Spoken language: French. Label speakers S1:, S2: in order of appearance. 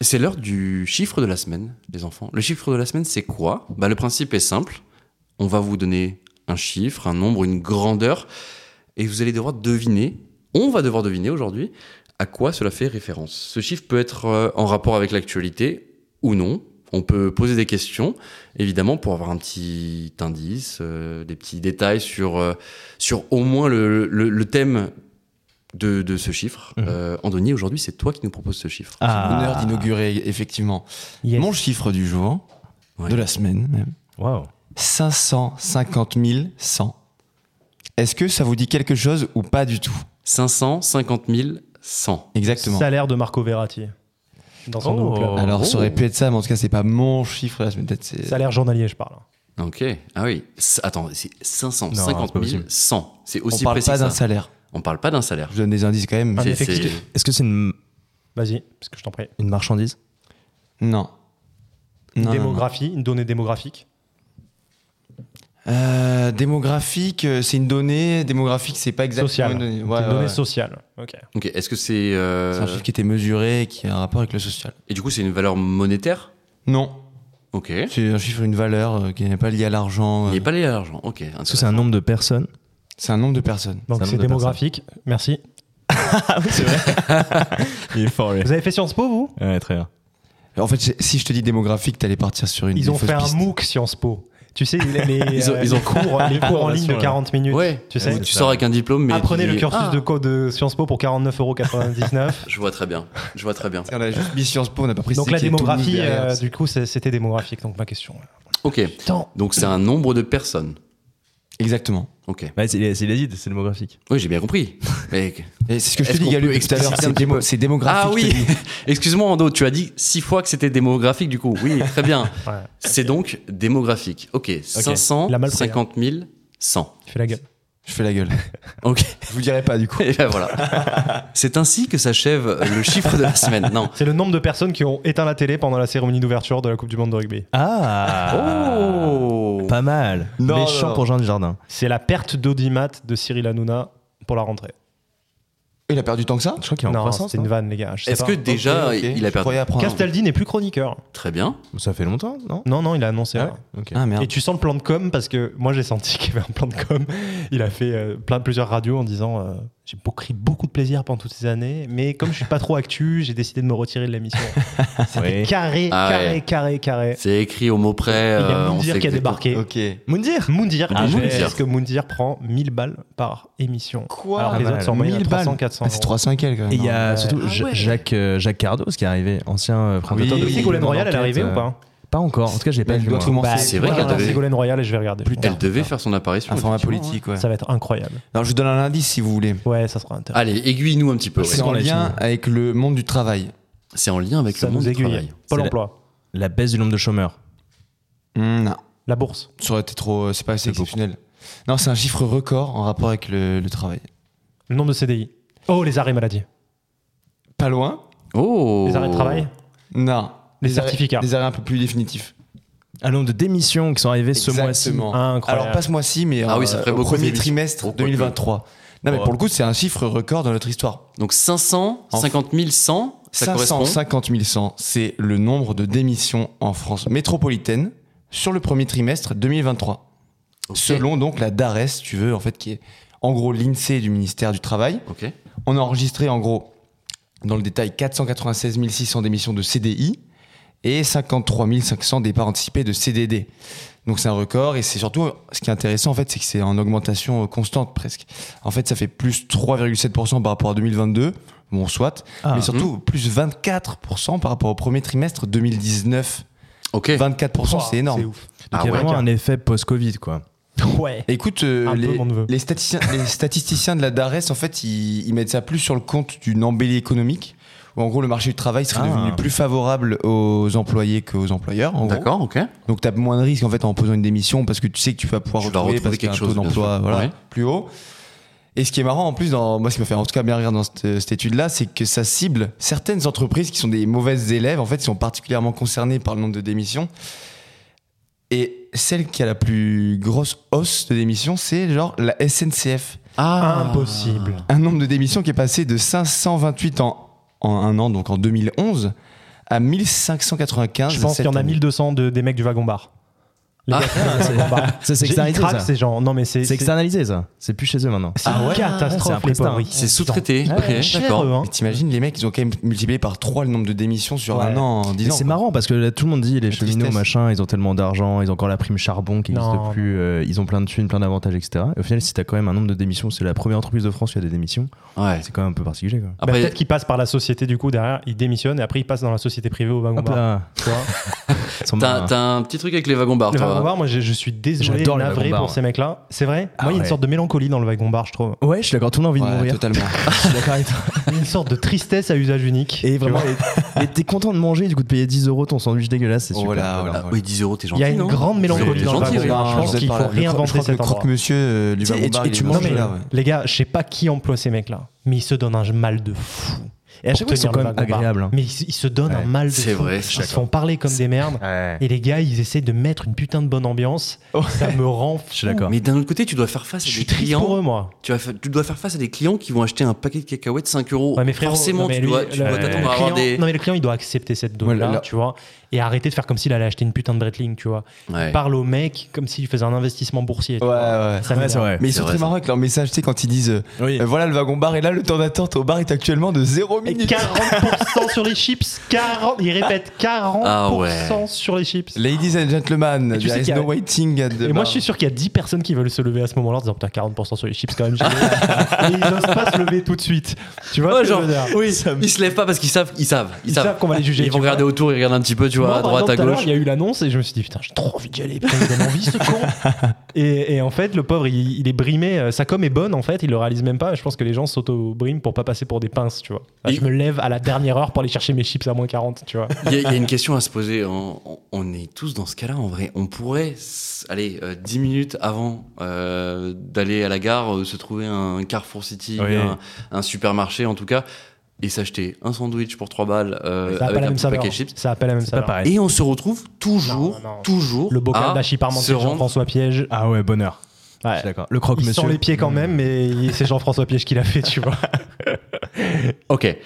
S1: C'est l'heure du chiffre de la semaine, les enfants. Le chiffre de la semaine, c'est quoi bah, Le principe est simple. On va vous donner un chiffre, un nombre, une grandeur, et vous allez devoir deviner, on va devoir deviner aujourd'hui, à quoi cela fait référence. Ce chiffre peut être euh, en rapport avec l'actualité ou non. On peut poser des questions, évidemment, pour avoir un petit indice, euh, des petits détails sur, euh, sur au moins le, le- le thème de, de ce chiffre.
S2: Mhm.
S1: Euh, Andoni, aujourd'hui, c'est toi qui nous proposes ce chiffre.
S2: Ah.
S3: Honneur d'inaugurer, effectivement.
S2: Yes.
S3: Mon chiffre du jour,
S1: Ouais.
S3: de la semaine même,
S2: Wow.
S3: 550 100. Est-ce que ça vous dit quelque chose ou pas du tout
S1: 550 100.
S3: Exactement.
S2: Salaire de Marco Verratti. Dans son
S4: Oh.
S2: nouveau club.
S3: Alors, ça
S1: Oh.
S3: aurait pu être ça, mais en tout cas, c'est pas mon chiffre de la semaine. Peut-être c'est-
S2: Salaire journalier, je parle. hein.
S1: Ok. Ah oui. C- Attends, c'est
S4: Non, c'est pas
S1: 550
S4: possible.
S1: 100. C'est
S3: On
S1: aussi
S3: parle
S1: précis
S3: pas
S1: que
S3: d'un
S1: ça.
S3: salaire. Ah,
S1: On parle pas d'un salaire.
S3: Je vous donne des indices quand même.
S2: Un
S1: C'est-
S2: effectif.
S1: c'est-
S4: Est-ce que c'est une,
S2: Vas-y, parce que je t'en prie.
S4: une marchandise
S3: Non.
S2: Une
S3: Non, non, non.
S2: démographie, une donnée démographique.
S3: Euh, démographique, euh, c'est une donnée. Démographique, c'est pas exactement
S2: Sociale.
S3: une donnée.
S2: C'est
S3: Ouais,
S2: une
S3: ouais,
S2: donnée
S3: ouais.
S2: sociale. Ok.
S1: Ok. Est-ce que c'est. euh,
S3: C'est un chiffre qui était mesuré, qui a un rapport avec le social.
S1: Et du coup, c'est une valeur monétaire
S3: Non,
S1: Ok.
S3: c'est un chiffre, une valeur euh, qui n'est pas liée à l'argent.
S1: Il
S3: euh.
S1: n'est pas lié à l'argent. Ok.
S4: Est-ce que c'est un nombre de personnes
S3: C'est un nombre de personnes.
S2: Donc
S4: Ça
S2: c'est
S4: me donne
S2: démographique. Merci.
S4: Ah oui, c'est vrai. Il est fort, lui.
S2: Vous avez fait Sciences Po, vous
S4: Ouais, très bien.
S3: En fait, c'est- si je te dis démographique, t'allais partir sur une.
S2: Ils ont
S3: une fausse
S2: fait un
S3: piste.
S2: MOOC Sciences Po. Tu sais, les, les,
S1: Ils ont-
S2: euh,
S1: ils ont-
S2: les cours, les cours en ligne de
S4: Ouais.
S2: 40 minutes.
S1: Ouais.
S2: Tu sais,
S1: Ou tu sors avec un diplôme, mais.
S2: apprenez
S1: tu
S2: le
S1: dis,
S2: cursus
S1: ah,
S2: de code de Sciences Po pour 49,99€.
S1: Je vois très bien. Je vois très bien.
S3: On a juste mis Sciences Po, on n'a pas précisé
S2: Donc la
S3: qu'il y avait Toulouse
S2: démographie,
S3: derrière.
S2: euh, du coup, c'est- c'était démographique. Donc ma question. euh,
S1: Ok.
S2: Putain.
S1: Donc c'est un nombre de personnes.
S3: Exactement.
S1: Ok.
S4: Ouais, c'est c'est l'Asie, c'est démographique.
S1: Oui, j'ai bien compris. Mais-
S3: Et c'est ce que je te
S1: Est-ce
S3: dis,
S1: qu'on peut
S3: Galu, tout à l'heure.
S1: expliciter un
S3: C'est
S1: petit
S3: démo-
S1: peu
S3: c'est démographique.
S1: Ah
S3: je
S1: oui.
S3: te dis.
S1: Excuse-moi, Ando. Tu as dit six fois que c'était démographique. Du coup, oui, très bien.
S2: Ouais,
S1: C'est donc démographique. Ok,
S2: Il a mal
S1: 550
S2: pris, hein.
S1: 000, 100.
S2: fais la gueule.
S3: Je fais la gueule.
S1: Ok,
S3: Je vous dirai pas du coup.
S1: et ben voilà. C'est ainsi que s'achève le chiffre de la semaine. Non,
S2: C'est le nombre de personnes qui ont éteint la télé pendant la cérémonie d'ouverture de la Coupe du Monde de rugby.
S4: Ah
S1: Oh.
S4: Pas mal.
S3: Non,
S4: Méchant
S3: non.
S4: pour Jean de Jardin.
S2: C'est la perte d'audimat de Cyril Hanouna pour la rentrée.
S3: Il a perdu tant que ça
S4: Je crois qu'il est en
S2: Non,
S4: croissance.
S2: c'est une
S4: non
S2: vanne, les gars. je sais
S1: est-ce
S2: pas.
S1: que déjà
S3: Ok, ok.
S1: il a
S3: Je croyais
S1: perdu
S3: apprendre.
S2: Castaldi n'est plus chroniqueur
S1: Très bien.
S4: Ça fait longtemps, non
S2: Non, non, il a annoncé.
S4: Ah
S2: là.
S4: ouais Ok.
S3: Ah merde.
S2: Et tu sens le plan de com parce que moi j'ai senti qu'il y avait un plan de com. Il a fait euh, plein plusieurs radios en disant euh, j'ai beau- pris beaucoup de plaisir pendant toutes ces années, mais comme je suis pas trop actu, j'ai décidé de me retirer de l'émission.
S4: Ouais.
S2: carré,
S1: Ah ouais.
S2: carré, carré, carré.
S1: C'est écrit au mot près.
S2: il y a
S1: euh, on
S2: Moundir
S1: sait
S2: qui a
S1: que-
S2: débarqué.
S3: Ok.
S2: Moundir Moundir,
S1: Ah,
S2: je
S1: Moundir.
S2: précise que Moundir prend 1000 balles par émission.
S3: Quoi
S2: Alors que les
S4: Pas
S2: autres
S4: mal.
S2: sont en moyenne à
S3: 1000
S2: 300,
S3: balles.
S2: 400
S3: Ah, c'est 300 et quelques quand même.
S4: Et il y a
S2: Ouais.
S4: surtout
S2: Ah
S4: Ja-
S2: ouais.
S4: Jacques, euh, Jacques Cardos qui est arrivé, ancien euh, présentateur
S3: Oui.
S4: de
S2: Tu sais, Golden Royal, elle est arrivée
S4: Enquête,
S2: ou
S4: euh,
S2: pas
S4: Pas encore. En tout cas, j'ai pas
S3: Elle
S4: vu.
S3: doit
S4: moi.
S3: commencer.
S1: Bah, c'est vrai qu'elle
S2: voilà,
S1: devait-
S2: c'est Golden Royal et je vais regarder. Ah,
S3: Plus
S1: Elle devait faire son apparition.
S3: Un format
S1: effectivement,
S3: politique, ouais.
S2: Ça va être incroyable.
S3: Alors, je vous donne un indice si vous voulez.
S2: Ouais, ça sera
S1: ouais.
S2: intéressant.
S1: Allez, aiguille-nous un petit peu. ouais.
S3: C'est en
S4: on l'a
S3: lien
S4: fini.
S3: avec le monde du travail.
S1: C'est en lien avec
S2: ça
S1: le monde
S2: nous
S1: du
S2: aiguille.
S1: travail.
S2: Pôle
S4: C'est la-
S2: emploi,
S4: La baisse du nombre de chômeurs.
S3: Hmm, non,
S2: la bourse.
S3: ça aurait été trop. euh, C'est pas assez
S4: C'est beaucoup.
S3: exceptionnel. Non, c'est un chiffre record en rapport avec le, le travail.
S2: Le nombre de CDI. Oh, les arrêts maladie.
S3: Pas loin
S1: Oh.
S2: Les arrêts de travail
S3: Non.
S2: Les
S3: Des arrêts-
S2: certificats.
S3: Des arrêts un peu plus définitifs.
S4: Un nombre de démissions qui sont arrivées ce mois-ci.
S3: Exactement.
S2: Incroyable.
S3: Alors, pas ce mois-ci, mais euh,
S1: Ah oui, ça ferait
S3: au
S1: beaucoup
S3: premier
S1: d'émissions.
S3: trimestre
S1: Beaucoup de-
S3: 2023. Non, mais
S4: Ouais.
S3: pour le coup, c'est un chiffre record dans notre histoire.
S1: Donc 550 100, ça correspond.
S3: 550 100, c'est le nombre de démissions en France métropolitaine sur le premier trimestre 2023.
S1: Ok.
S3: Selon donc la DARES, si tu veux, en fait, qui est en gros l'INSEE E du ministère du Travail.
S1: Ok.
S3: On a enregistré en gros, dans le détail, 496 600 démissions de CDI et 53 500 départs anticipés de CDD. Donc c'est un record et c'est surtout, ce qui est intéressant en fait, c'est que c'est en augmentation euh, constante presque. En fait, ça fait plus 3,7% par rapport à 2022, bon soit,
S4: Ah.
S3: mais surtout plus 24% par rapport au premier trimestre 2019.
S1: Ok.
S3: 24%, c'est énorme.
S2: ouf.
S1: Ah
S4: Donc il y a
S1: ouais.
S4: vraiment un effet post-Covid, quoi.
S2: Ouais.
S3: Écoute, euh,
S2: Un peu
S3: les,
S2: mon neveu.
S3: les statisticiens, les statisticiens de la DARES, en fait, ils, ils mettent ça plus sur le compte d'une embellie économique, où en gros le marché du travail serait
S4: Ah.
S3: devenu plus favorable aux employés qu'aux employeurs. en gros.
S1: D'accord, ok.
S3: Donc tu as moins de risques en fait en posant une démission parce que tu sais que tu vas pouvoir
S1: Tu vas
S3: retrouver,
S1: retrouver
S3: parce qu'il y a
S1: quelque
S3: un taux
S1: chose, bien
S3: d'emploi
S1: sûr.
S3: voilà,
S1: Ouais.
S3: plus haut. Et ce qui est marrant en plus, dans, moi ce qui m'a fait en tout cas bien rire dans cette, cette étude-là, c'est que ça cible certaines entreprises qui sont des mauvaises élèves, en fait, qui sont particulièrement concernées par le nombre de démissions. Et celle qui a la plus grosse hausse de démissions, c'est genre la SNCF.
S1: Ah.
S2: Impossible.
S3: Un nombre de démissions qui est passé de 528 en, en un an, donc en 2011, à 1595.
S2: Je pense qu'il y en a
S3: cette année.
S2: 1200 de, des mecs du wagon bar. Les
S1: Ah.
S2: gars qui travaillent au wagon bar.
S4: Ça, c'est
S2: J'ai- Ils
S4: externalisé,
S2: craquent
S4: ça.
S2: ces gens. Non, mais c'est
S4: C'est
S2: c'est-
S4: externalisé, ça. C'est plus chez eux maintenant.
S2: c'est une catastrophe
S4: C'est
S2: les
S4: un
S2: pauvres.
S4: prestat.
S1: Ah C'est sous-traité.
S4: Ouais,
S1: Ok,
S2: cher, eux,
S1: d'accord.
S2: hein.
S3: Mais T'imagines, les mecs, ils ont quand même multiplié par 3 le nombre de démissions sur
S2: Ouais.
S3: un an, en 10
S4: Mais
S3: ans.
S4: C'est
S3: quoi.
S4: marrant parce que là, tout le monde dit les cheminots,
S3: tristesse.
S4: machin, ils ont tellement d'argent, ils ont encore la prime charbon qui
S2: Non.
S4: n'existe plus, euh, ils ont plein de thunes, plein d'avantages, etc. Et au final, si t'as quand même un nombre de démissions, c'est la première entreprise de France qui a des démissions,
S1: Ouais.
S4: c'est quand même un peu particulier. Quoi.
S2: Bah,
S1: Après,
S2: Peut-être qu'ils passent par la société du coup derrière, ils démissionnent et après ils passent dans la société privée au wagon
S4: Hop
S2: bar.
S4: là,
S2: tu vois.
S4: ils sont
S1: t'as
S4: marrants.
S1: t'as un petit truc avec les wagons bars,
S2: Le wagon
S1: toi.
S2: bar, moi je, je suis désolé,
S4: J'adore le
S2: navré
S4: wagon bar,
S2: pour
S4: ouais.
S2: ces mecs-là. C'est vrai
S4: Ah
S2: Moi il y a une
S4: ouais.
S2: sorte de mélancolie dans le wagon bar, je trouve.
S4: Ouais, je suis d'accord, tout le monde a envie de
S3: Ouais,
S4: mourir.
S3: totalement.
S4: Je suis d'accord avec toi.
S2: Il y a une sorte de tristesse à usage unique.
S4: Et
S2: tu
S4: vraiment,
S2: vois.
S4: et- et t'es content de manger, du coup, de payer 10 euros ton sandwich dégueulasse, c'est
S3: Oh,
S4: super. hein.
S3: voilà, voilà.
S1: Ah, oui, 10 euros, t'es
S2: il
S1: gentil.
S2: y a une
S1: non
S2: grande mélancolie
S1: C'est
S2: dans le
S3: Ah,
S1: gentil,
S2: wagon bar.
S1: ouais.
S2: Je pense
S1: Vous
S2: qu'il faut réinventer cet endroit.
S3: Monsieur du
S4: Tu sais,
S3: wagon
S4: et tu-
S3: bar,
S4: et
S3: il
S4: tu
S3: est
S4: manges
S2: Non,
S3: mangé
S2: mais
S4: le-
S3: là, ouais.
S2: les gars, je sais pas qui emploie ces mecs-là, mais ils se donnent un mal de fou.
S4: Et à
S2: pour
S4: chaque fois, ils sont
S2: tenir
S4: quand
S2: le
S4: même
S2: wagon bar.
S4: agréables. hein.
S2: Mais ils, ils se donnent un mal de
S1: C'est
S2: fou.
S1: vrai, je
S2: Ils
S1: suis
S2: se font parler comme des merdes. Et les gars, ils essaient de mettre une putain de bonne ambiance. Ça me rend fou.
S4: Oh. Je suis d'accord.
S1: Mais d'un autre côté, tu dois faire face
S2: Je
S1: à
S2: suis
S1: des
S2: triste pour
S1: clients.
S2: eux, moi.
S1: Tu, vas fa- tu dois faire face à des clients qui vont acheter un paquet de cacahuètes 5 euros.
S2: Ouais, mais frérot,
S1: Forcément,
S2: non, mais
S1: tu
S2: lui,
S1: dois tu
S2: le-
S1: dois
S2: le
S1: t'attendre à avoir
S2: client-
S1: des.
S2: Non, mais le client, il doit accepter cette dose-là,
S3: Ouais, là-
S2: tu vois, et arrêter de faire comme s'il allait acheter une putain de Breitling, tu vois.
S1: Ouais.
S2: Parle au mec comme s'il faisait un investissement boursier. tu
S3: Ouais,
S2: vois.
S3: ouais.
S2: Ça
S4: Ouais,
S2: m'énerve.
S4: c'est vrai.
S3: Mais ils
S1: C'est
S3: sont
S1: vrai,
S3: très
S1: ça.
S3: marrants avec leur message, tu sais, quand ils disent euh,
S4: Oui.
S3: euh, voilà le wagon bar, et là le temps d'attente au bar est actuellement de 0
S2: Et
S3: minutes.
S2: 40% sur les chips, 40, il répète 40%
S1: Ah ouais.
S2: sur les chips.
S3: Ladies and gentlemen,
S2: Et tu sais
S3: there
S2: qu'il
S3: is
S2: y a-
S3: no waiting at the
S2: Et moi,
S3: bar.
S2: je suis sûr qu'il y a 10 personnes qui veulent se lever à ce moment-là en disant Putain, 40% sur les chips, quand même. génial. et ils n'osent pas se lever tout de suite. Tu vois
S1: Ouais,
S2: ce que
S1: genre,
S2: je veux dire
S1: oui, ils se lèvent pas parce qu'ils savent, ils savent, ils,
S2: Ils savent qu'on va les juger,
S1: Ils
S2: tu
S1: vont
S2: vois.
S1: regarder autour, ils regardent un petit peu, tu vois,
S2: Moi,
S1: à
S2: par
S1: droite,
S2: exemple, tout
S1: à
S2: l'heure,
S1: gauche.
S2: Il y a eu l'annonce et je me suis dit Putain, j'ai trop envie d'y aller. Putain, il donne envie ce con. Et, et en fait, le pauvre, il, il est brimé. euh, Sa com est bonne en fait, il le réalise même pas. Je pense que les gens s'auto-briment pour pas passer pour des pinces, tu vois.
S1: Et-
S2: Je me lève à la dernière heure pour aller chercher mes chips à moins 40, tu vois.
S1: Il y, a- il y a une question à se poser. On, on- on est tous dans ce cas-là, en vrai. On pourrait, s- aller 10 minutes avant euh, d'aller à la gare, euh, se trouver un Carrefour City,
S4: Oui.
S1: un, un supermarché en tout cas, et s'acheter un sandwich pour 3 balles euh,
S2: Ça a pas
S1: avec
S2: la
S1: un
S2: même
S1: petit
S2: saveur. hein.
S1: paquet de chips.
S2: Ça a pas la même
S4: C'est pas
S2: saveur.
S4: pareil.
S1: Et on se retrouve toujours,
S2: Non, non, non.
S1: toujours.
S2: Le bocal
S1: à
S2: d'achis
S1: se
S2: parmentier de
S1: rendre-
S2: Jean-François Piège.
S4: Ah ouais, bonheur. Je
S2: Ouais.
S4: suis d'accord. Le croque,
S2: Il
S3: Mmh.
S4: monsieur.
S2: sent les pieds quand même, mais il- c'est Jean-François Piège qui l'a fait, tu vois.
S1: Ok.